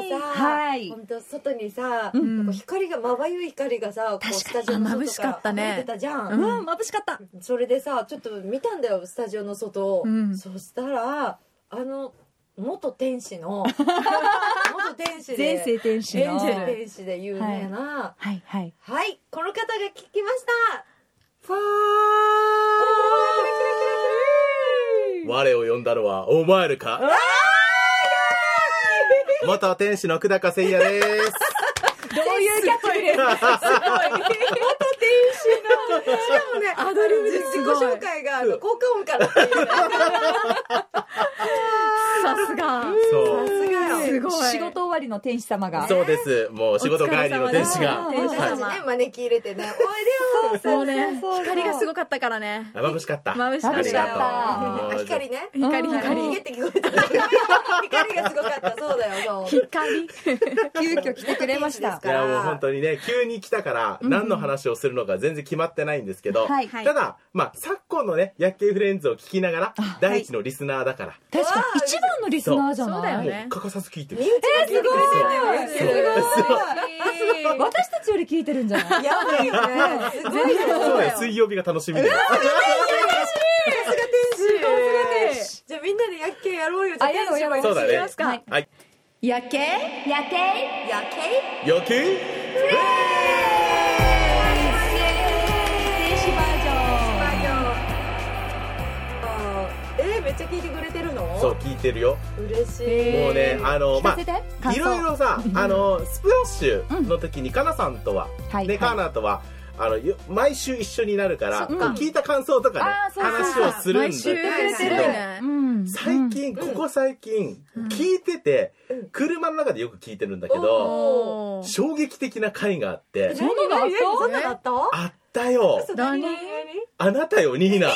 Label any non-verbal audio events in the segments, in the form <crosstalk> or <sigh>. はい本当外にさ、うんなんか光がまばゆい光がさこう確かにスタジオの眩外しかかったらね出てたじゃん、うんわあ眩しかったそれでさちょっと見たんだよスタジオの外を、うんそしたらあの元天 <laughs> 使の元天使で前世天使の前世天使で有名なははいはいい、この方が聞きましたファー我を呼んだのはお前らか元天使の久高誠也です。どういうキャッチフレーズしかもねアドリブで自己紹介があの効果音からっていうねさすがそさう。すすがよごい仕事終わりの天使様がそうです。もう仕事帰りの天使が。おは疲れ様です私たちい。ね招き入 <laughs> れてねおいでよもうね光がすごかったからね眩しかった。眩しかったありがとうあ光ね光うん光光って聞こ <laughs> えた光がすごかったそうだよそう光急遽来てくれましたいやもう本当にね急に来たから何の話をするのか全然決まってないんですけど、はいはいただまあ昨今のね夜景フレンズを聞きながら第一のリスナーだから、確かに一番のリスナーじゃそうそうだなよいねもう欠かさず聞いてる身内が聞いてくれてるんだよねそうそう私たちより聞いてるんじゃないやばいよねすごいよそうだよ水曜日が楽しみだよじゃあみんなで夜景やろうよじゃああやろうやろうそうだねやかはいはい夜景夜景景夜景天使バージョンバージョンあーえーめっちゃ聞いてくれてるのそう聞いてるよ嬉しいもうねあの聞まかあせて感い想ろいろさあのスプラッシュの時にかなさんとは、はいではカーナとはあのよ毎週一緒になるからそっか聞いた感想とかねあーそうそう話そうをするん毎だ週けどやってるねいうん最近、ここ最近、聞いてて、車の中でよく聞いてるんだけど、おー衝撃的な回があって、そんなのあったそんなのあったあったよ嘘何あなたよ、ニーナは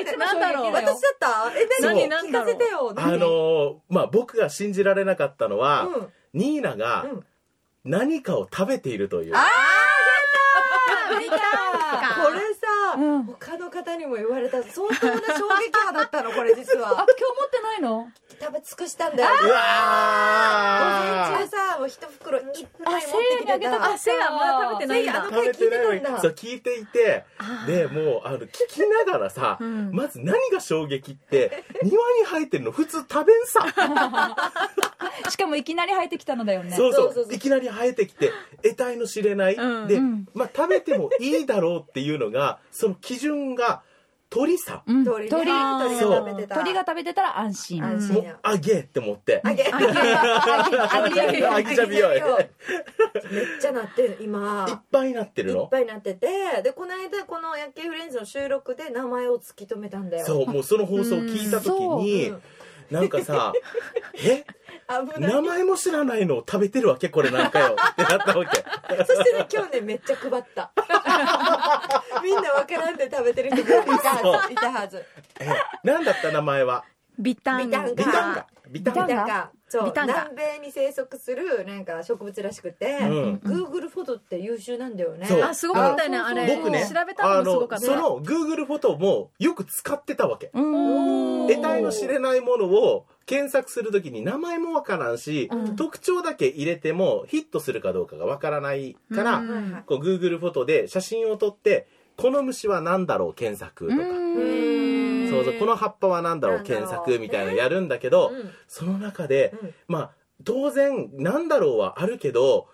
いつも衝撃だよ私だったえ何そう聞かせてよあのー、まあ、僕が信じられなかったのは、うんニーナがうん何かを食べているという。見たこれさ、うん他の方にも言われた相当な衝撃波だったのこれ実あ今日持はってないの食べ尽くしたんだよう午わ前中ーさもう一袋いっぱい持ってきあせいやにあてげたたかああせいやまだ食べてないんせだいや食べてない聞いてたんだそう、聞いていて、で、もう、あの、聞きながらさ、んまず何が衝撃って、庭に生えてるの普通食べんさ。 <laughs> しかもいきなり入ってきたのだよねそうそうそうそうそういきなり生えてきて得体の知れない、うんで、うんまあ、食べてもいいだろうっていうのがその基準が鳥さ、うん鳥鳥ね鳥鳥が食べてたが食べてたら安心安も心うやあげえって思ってあげあげあげるあげちゃみよいめっちゃなってる今いっぱいになっているっのぱいなっててでこの間この「夜景フレンズ」の収録で名前を突き止めたんだよそうもうその放送を聞いた時うに、んそうなんか <laughs> さ「え危ない名前も知らないのを食べてるわけこれなんかよ」ってなったわけそしてね今日ねめっちゃ配った <laughs> みんなわからんで食べてる人がいたはずいたはずえなんだった名前はビタンビタンビタンガビタンビタンガなんかそうビタンガ南米に生息するなんか植物らしくて、うん Google フォトって優秀なんだよねそうあすごかったよねああそうそうれそう僕ね調べたあのもすごのかったその Google フォトもよく使ってたわけうん得体の知れないものを検索するときに名前もわからんし、うん特徴だけ入れてもヒットするかどうかがわからないから、うんはいはいこう Google フォトで写真を撮ってこの虫は何だろう検索とか、うんそうそうこの葉っぱは何だろう検索みたいなのやるんだけど、うんその中で、うんまあ当然何だろうはあるけど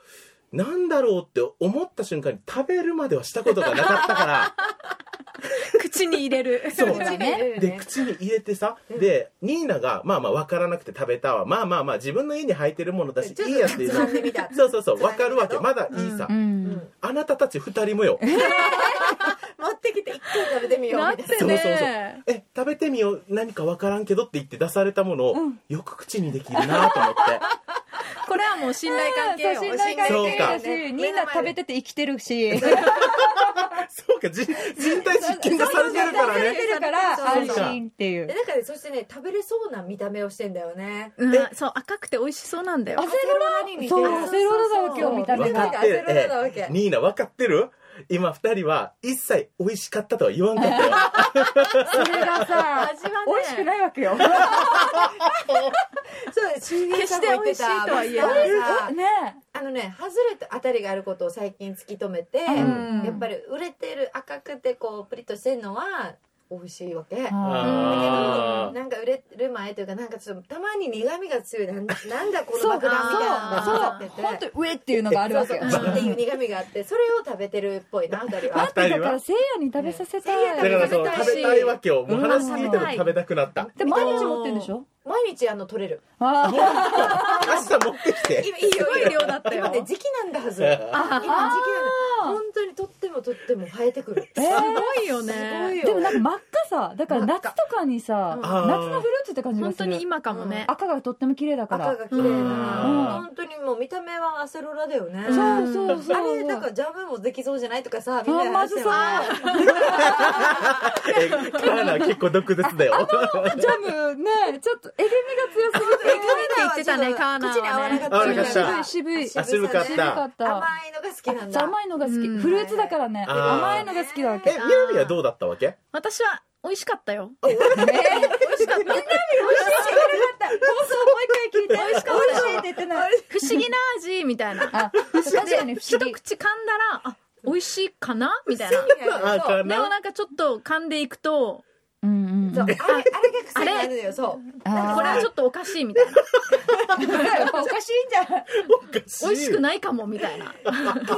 何だろうって思った瞬間に食べるまではしたことがなかったから。口に入れ <laughs> るそう口に入れるねで口に入れてさ、でニーナがまあまあ分からなくて食べたわまあまあまあ自分の家に履いてるものだしちょっいといやっていうつまんでみたそうそうそう分かるわけまだいいさ、うんあなたたち2人もよ、持ってきて一回食べてみようなっみたいなてそうそうそうねえ食べてみよう何か分からんけどって言って出されたものを、よく口にできるなと思ってこれはもう信頼関係よそう信頼関係だしそうかみんな食べてて生きてるしそうか人人体実験がされてるか食らべてねるからそう安そう心っていうでなんかねそしてね食べれそうな見た目をしてんだよねうんそう赤くて美味しそうなんだよあセロラに似てるそうセロラだわ今日見たそう目分そうがかっそうてそうるそうそうそうそうそうニーナ分かってる今二人は一切美味しかったとは言わんかったよ。それがさ味はね美味しくないわけよそう、シゲさんも言ってた。決して美味しいとは言えマないスターがねあのね、外れたあたりがあることを最近突き止めて、うんやっぱり売れてる赤くてこうプリッとしてるのは美味しいわけ。あーなんか売れる前というかなんかちょっとたまに苦味が強い <laughs> なんなんだこのそう爆弾みたいなのがそう混ざってて本当に上っていうのがあるわけよそうそうっていう苦味があってそれを食べてるっぽい <laughs> なあたりはだあからせいやに食べさせたいうんだからそう、食べたいし食べたいわけよ。もう話聞いてうんも食べたくなった。で毎日持ってるんでしょ毎日あの取れるあー明日持ってきて。今いいよごい量だったよ今ね時期なんだはず今時期なんだ本当に取っても取っても生えてくるえすーごいよすごいねよでもなんか真っ赤さだから夏とかにさ夏赤うんのフルーツって感じが本す当るに今かもね、赤がとっても綺麗だから赤が綺麗なうん本当にもう見た目はアセロラだよねんそうそうそうあれなんかジャムもできそうじゃないとかさみんなあまずさ話してもねえ、カーナ結構毒舌だよ。ジャムねちょっとえぐみが強すぎて言ってたねカーナはね口に合わなかった合わなかった渋い渋あ、渋かっ渋かた。った甘いのが好きなんだ甘いのが好き、うんフルーツだからねあー甘いのが好きだわ <laughs> え、けみやびはどうだったわけ私は美味しかった <laughs> よ聞いて美味しかった美味しいって言ってない不思議な味みたいなあ確かに不一思議口噛んだらあ美味しいかなみたいなあ、そうかでもな。なんかちょっと噛んでいくとうんうんそうあれあれが癖になるのよそうあーこれはちょっとおかしいみたいなやっぱおかしいんじゃん美味しくい。ないかもみたいな一回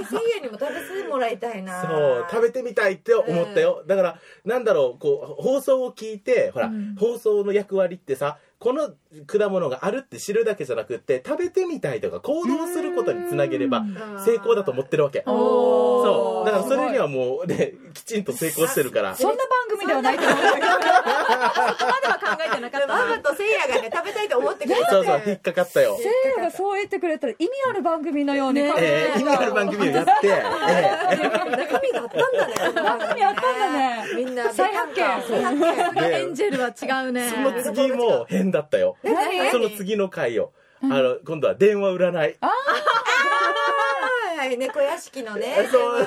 千円にも食べさせてもらいたいなそう、食べてみたいって思ったよ。だから、なんだろう、こう、放送を聞いて、ほら、放送の役割ってさ、この果物があるって知るだけじゃなくって、食べてみたいとか行動することにつなげればうん、成功だと思ってるわけ。おそう。だからそれにははもうね、きちんと成功してるから。そんな番組ではないと思う考えてなかっママとせいやがね食べたいと思ってくれてそうそう、引っかかったよ。せいやがそう言ってくれたら意味ある番組のようにねえー、意味ある番組をやって、え中身があったんだね中身あったんだねみんな再発見再発見ーエンジェルは違うねで、その次も変だったよ。何その次の回を。あの、今度は電話占い。はい猫屋敷のねそう占い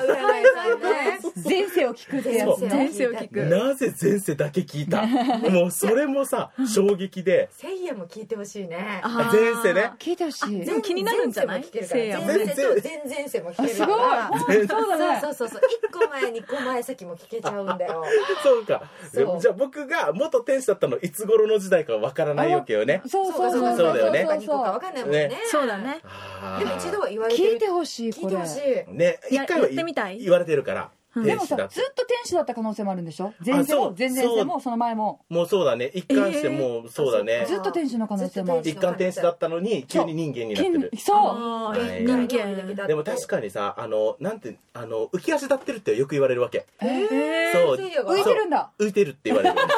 さんね前世を聞くってやそうつね前世を聞くなぜ前世だけ聞いたもうそれもさ、衝撃で、せいやも聞いてほしいねあ前ー世ね。聞いてほしいでも気になるんじゃないせいやもせ前いやもね世と前々世も聞あけるすごいからそうだそねうそうそうそう一個前二個前先も聞けちゃうんだよそうか。そうじゃあ僕が元天使だったのいつ頃の時代かわからないわけよね。そうそうそうそうだよね一個か二個か分かんないもんねねそうだねあーでも一度は言われてる聞いてほしい聞これいてほしいね、や一回はやってみたい言われてるから、うんで天も使さだってず。っと天使だった可能性もあるんでしょ前世あそもう前々世もその前ももうそうだね。一貫してもうそうだねそずう。っと天使の可能性もあずるっ一貫天使だったのに急に人間になってる。金そうあはーい人だ間ってでも確かにさ、あの、なんて、あの、浮き足立ってるってよく言われるわけ。えーえそう。せいやが浮いてるんだ浮いてるって言われる。足が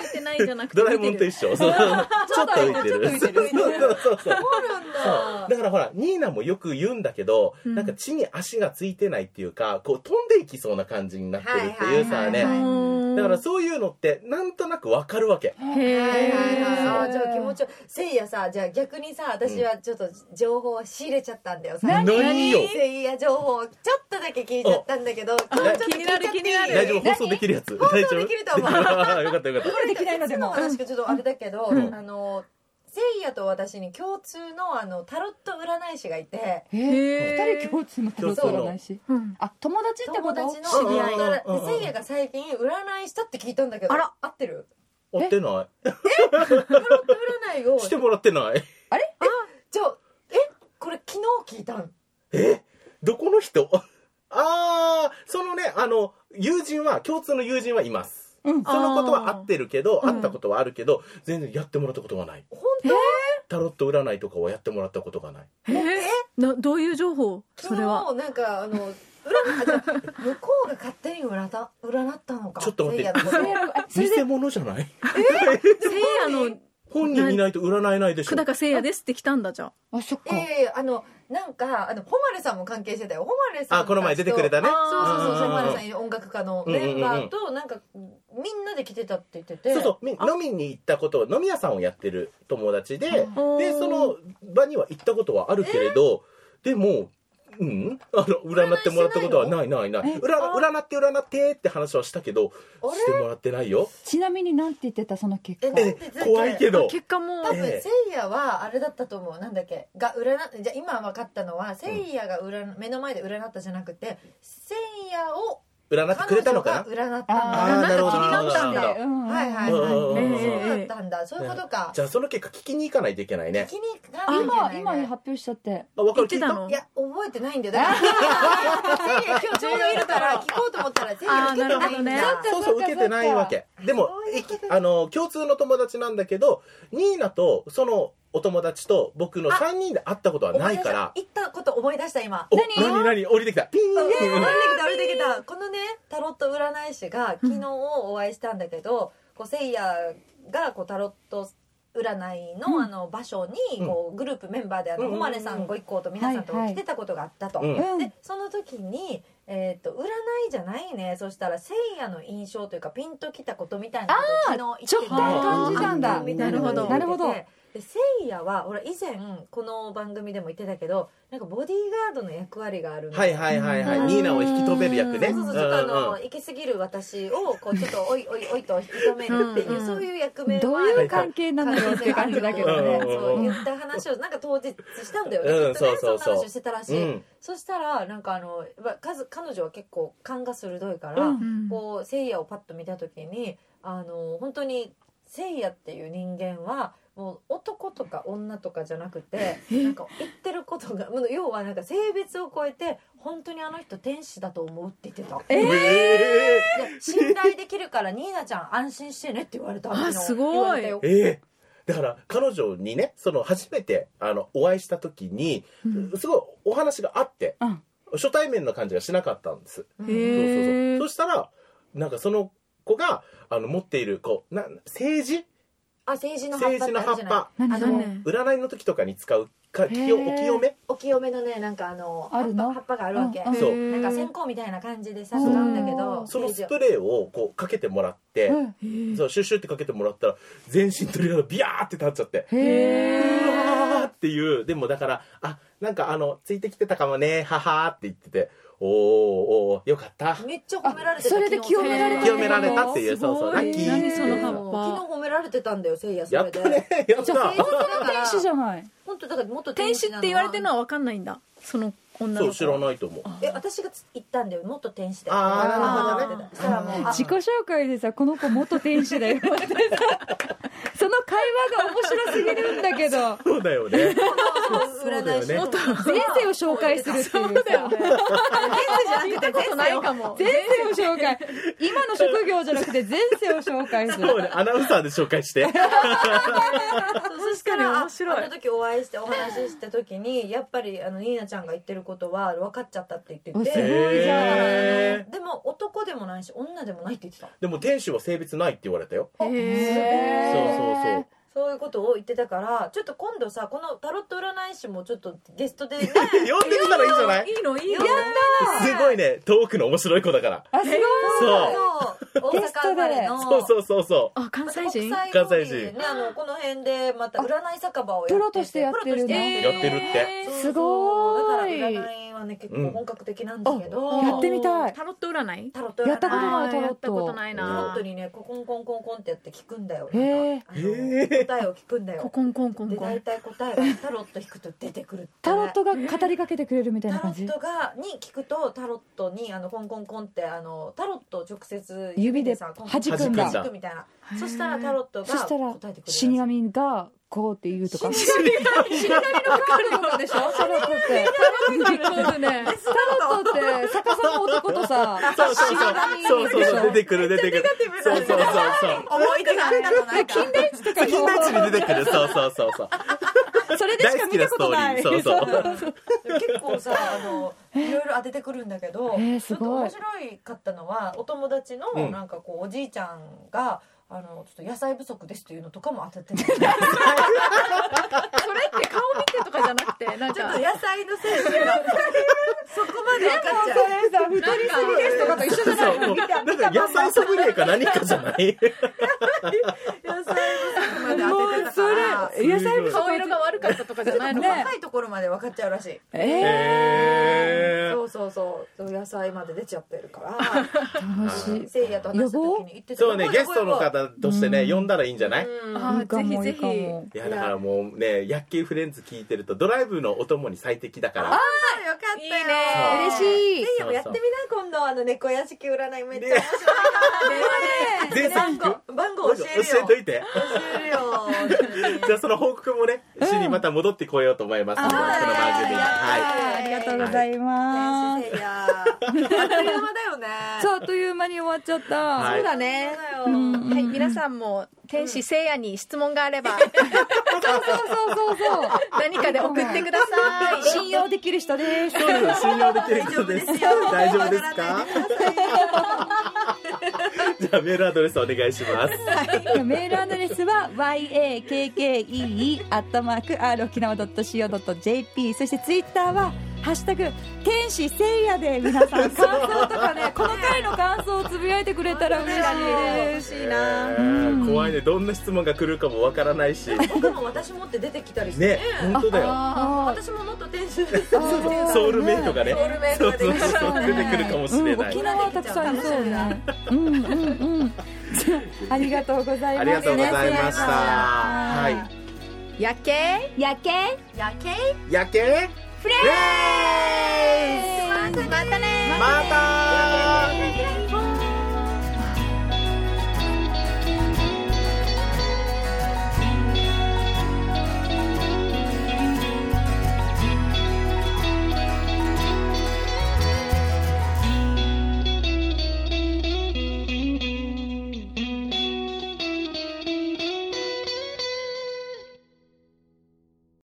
ついてないじゃなくてドラえもんと一緒。そうちょっと浮いてる。ちょっと浮いてるそうそうそうそう。そうなんだだからほら、ニーナもよく言うんだけど、なんか地に足がついてないっていうか、こう飛んでいきそうな感じになってるっていはうさいはいはいね。うんだからそういうのって、なんとなくわかるわけ。へはいはいはいえあーじゃあ気持ちよせいやさじゃあ逆にさ私はちょっと情報を仕入れちゃったんだよさ何何よせいや情報をちょっとだけ聞いちゃったんだけど気になる気になる大丈夫、放送できるやつ。大丈夫。放送できると思う <laughs> よかったよかっできないのでも話がちょっとあれだけど、うんあのせいやと私に共通のあのタロット占い師がいてえへーー二人共通のタロット占い師うんあ友達ってこ友と達の知り合いでうんうんうんせいやが最近占いしたって聞いたんだけどあら合ってるた。追ってなタロット占いをい。してもらってない。 <laughs> じゃあえこれ昨日聞いたんえどこの人 <laughs> ああそのねあの友人は共通の友人はいまうす、んそのことは合ってるけどあー会ったことはあるけど、全然やってもらったことがない本当タロット占いとかはやってもらったことがないえなどういう情報そ昨れ日はなんかあの占いあじゃあ向こうが勝手に占った占ったのかちょっと待せいやってのことそれやろうあそれ偽物じゃないせいやの本人いないと占えないでしょ久高せいやですって来たんだじゃんあそっかいやいやいやあのなんかあの誉さんも関係してたよ誉さんあこの前出てくれたねあそうそうそうそううんうんうん誉さん音楽家のメンバーとなんかみんなで来てたって言っててそうそうみ飲みに行ったこと飲み屋さんをやってる友達ででおーその場には行ったことはあるけれどでもうん <laughs> あの占ってもらったことはないないないえ占占って占ってって話はしたけどあれしてもらってないよちなみになんて言ってたその結え果なんえてずっと怖いけど結果も多分ええせいやはあれだったと思うなんだっけが占っじゃあ今分かったのはせいやが占目の前で占ったじゃなくてせいやを占ってくれたのか彼女が占ったんだあなーなるほ気どになったんなるだほどうんはいはいうんうんはうんいええそうだったんだそういうことかじゃあその結果聞きに行かないといけないね気に入らないんじゃ今ない今発表しちゃってあ分か言るって聞いたたのいや覚えてないんだよだからせいや今日ちょうどいるから聞こうと思ったらせいや聞けてないんあーなだるほどねそうそう受けてないわけでもそういうことえあの共通の友達なんだけどニーナとそのお友達と僕のあ3人で会ったことはないから言ったこと思い出した今お何何何降りてきたピ降りてーンきた降りてきたこのねタロット占い師が昨日お会いしたんだけど、こうせいやがこうタロット占いの,、あの場所にこうグループメンバーであのうん誉さんご一行と皆さんとはいはい来てたことがあったと、うんでその時に、えー、と占いじゃないねそしたらせいやの印象というかピンときたことみたいなことを昨日言ってちょっと感じたんだみたいなるほどなるほなどるでせいやは俺以前この番組でも言ってたけどなんかボディーガードの役割があるみたはいいなはいはいはういんニーナを引き止める役ねそうそうそうちょっとあの、行き過ぎる私をこうちょっとおいおいおいと引き止めるっていう、うんそういう役目はどういう関係なのよって感じだけどねうんそう言った話をなんか当日したんだよね、うんきっとねそうそうそうんな話をしてたらしうい、んそしたらなんかあのまあ数彼女は結構勘が鋭いから、うんこうせいやをパッと見た時にあの本当にせいやっていう人間はもう男とか女とかじゃなくてなんか言ってることがもう要はなんか性別を超えて本当にあの人天使だと思うって言ってた。ええで信頼できるからニーナちゃん安心してねって言われたあすごい言われたよええだから彼女にねその初めてあのお会いした時に、すごいお話があって、うん初対面の感じがしなかったんです、うんへえへーそうそうそうそしたらなんかその子があの持っているこうな政治あ政治の葉っぱっ政て治のある葉っじゃないぱ何あ何の々占いの時とかに使うか清へーお清めお清めのねなんかあのあるの葉っぱ葉っぱがあるわけうんそうなんか線香みたいな感じでさう使んうんだけどそのス政治をプレーをこうかけてもらって、うんへえそうシュッシュってかけてもらったら全身鳥肌がビヤーって立っちゃって。へうえわーっていうでもだからあなんかあのついてきてたかもねははーって言ってておーおーよかっためっちゃ褒められてたあそれで昨日清められた清められたっていうすごそうそうラッキー何その葉っぱ昨日褒められてたんだよせいやそやっれでたねやっそうた聖夜天使じゃない本当だから元天使って言われてるのはは分かんないんだその女そのう子知らないと思うえ私が言ったんだよ元天使だよあーなるほどねそしたらもうあ自己紹介でさこの子元天使だ <laughs> よってさその会話が面白すぎるんだけどそうだよねそう占い師のそうだ前世を紹介するっていうさ聞いたことないかも前世を紹介今の職業じゃなくて前世を紹介するそうねアナウンサーで紹介してそうそした確かにら面白いあの時お会いしてお話しした時にやっぱりあのニーナちゃんが言ってることは分かっちゃったって言ってすごていじゃんへでも男でもないし女でもないって言ってたーでも天使は性別ないって言われたよそうそうへそーうそういうことを言ってたからちょっと今度さこのタロット占い師もちょっとゲストでね <laughs> 呼んでみたらいいんじゃないいいのいいのすごいねトークの面白い子だからあすごいそうそう大阪生まれのそうそうそうそうあ関西人国際関西通りで人ねあのこの辺でまた占い酒場をプロとしてやってるんだプロとしてやってるってそうそうすごいだから占いはね結構本格的なんですけど、やってみたいタロット占いタロットやったことない占いあーやったことないタロッなトにねこコンコンコンコンってやって聞くんだよへーなんかあのへー答えを聞くんだコよコンコンコンでコ大ン体答えがタロット引くと出てくるってタロットが語りかけてくれるみたいタなロ感じットがに聞くとタロットにあのコンコンコンってあのタロットを直接指でさコンコ弾ンくんだ弾くんだ弾くみたいなそしたらタロットがそしたら答えてくれるらしい死神がこうって言うとか死神のでしょタロットってそうね <laughs> タロットって逆さの男とさそうそう死そうそう神そうでしそう出ょてくる出てくるそうそうそうそう思い出があるなのなん <laughs> か金田一とか金こ田一に出てくるそうそうそうそううそれでし大か好見きたこなストとーリないーそうそう結構さあのいろいろ当ててくるんだけど、えーすごいちょっと面白かったのはお友達のうんなんかこうおじいちゃんが。あのちょっと野菜不足ですっていうのとかも <laughs> 当ててるちょっそれって顔見てとかじゃなくてなとんか野菜のせいでそこまで分かっちゃうれさ、太りすぎですとかと一緒じゃないそうなんか野菜ソムリエか何かじゃない野菜不足まで当ててたそかれら、野菜不足顔色が悪かったとかじゃないのか細なかいところまで分かっちゃうらしいえーそうそうそう野菜まで出ちゃってるか <laughs> ら楽しい。せいやと話した時に言ってたそうねゲストのだ方としてねうん呼んだらいいんじゃないあいいかも、いぜいひかぜひも。いやだからもうね野球フレンズ聞いてるとドライブのお供に最適だからよかったよいいね嬉しい。せいやもやってみな今度あの猫屋敷占いめっちゃ面白いから電話で番全然聞く号番号教教えるよえといて教えるよじゃあその報告もねしにまた戻ってこようと思いますので、このはい番組にはいありがとうございます。せいやあっという間だよねさあ、あっという間に終わっちゃった。はいそうだねそうだよんはい皆さんも天使聖夜に質問があればそうそうそうそう。何かで送ってくださ <laughs> <laughs> い信用できる人です。そういうの信用できる人です大丈夫ですわらなかいでくださいじゃあメールアドレスお願いしますメールアドレスは yakkee アットマーク r 沖縄 .co.jp そしてツイッターはハッシュタグ天使聖夜で皆さん感想とかねこの回の感想をつぶやいてくれたら嬉しいです。しいなえー怖いねどんな質問が来るかもわからないしね僕も私もって出てきたりしてね本当だよあ私ももっと天使ですーソウルメイトがねソウルメイそトうが出そうてきそそうう出ねてくるかもしれうんない、沖縄はたくさんいそうね。うんうんうん。ありがとうございます。ありがとうございましたは。はい <laughs> 夜景やけ夜景夜景フレイエーイーズまたねまた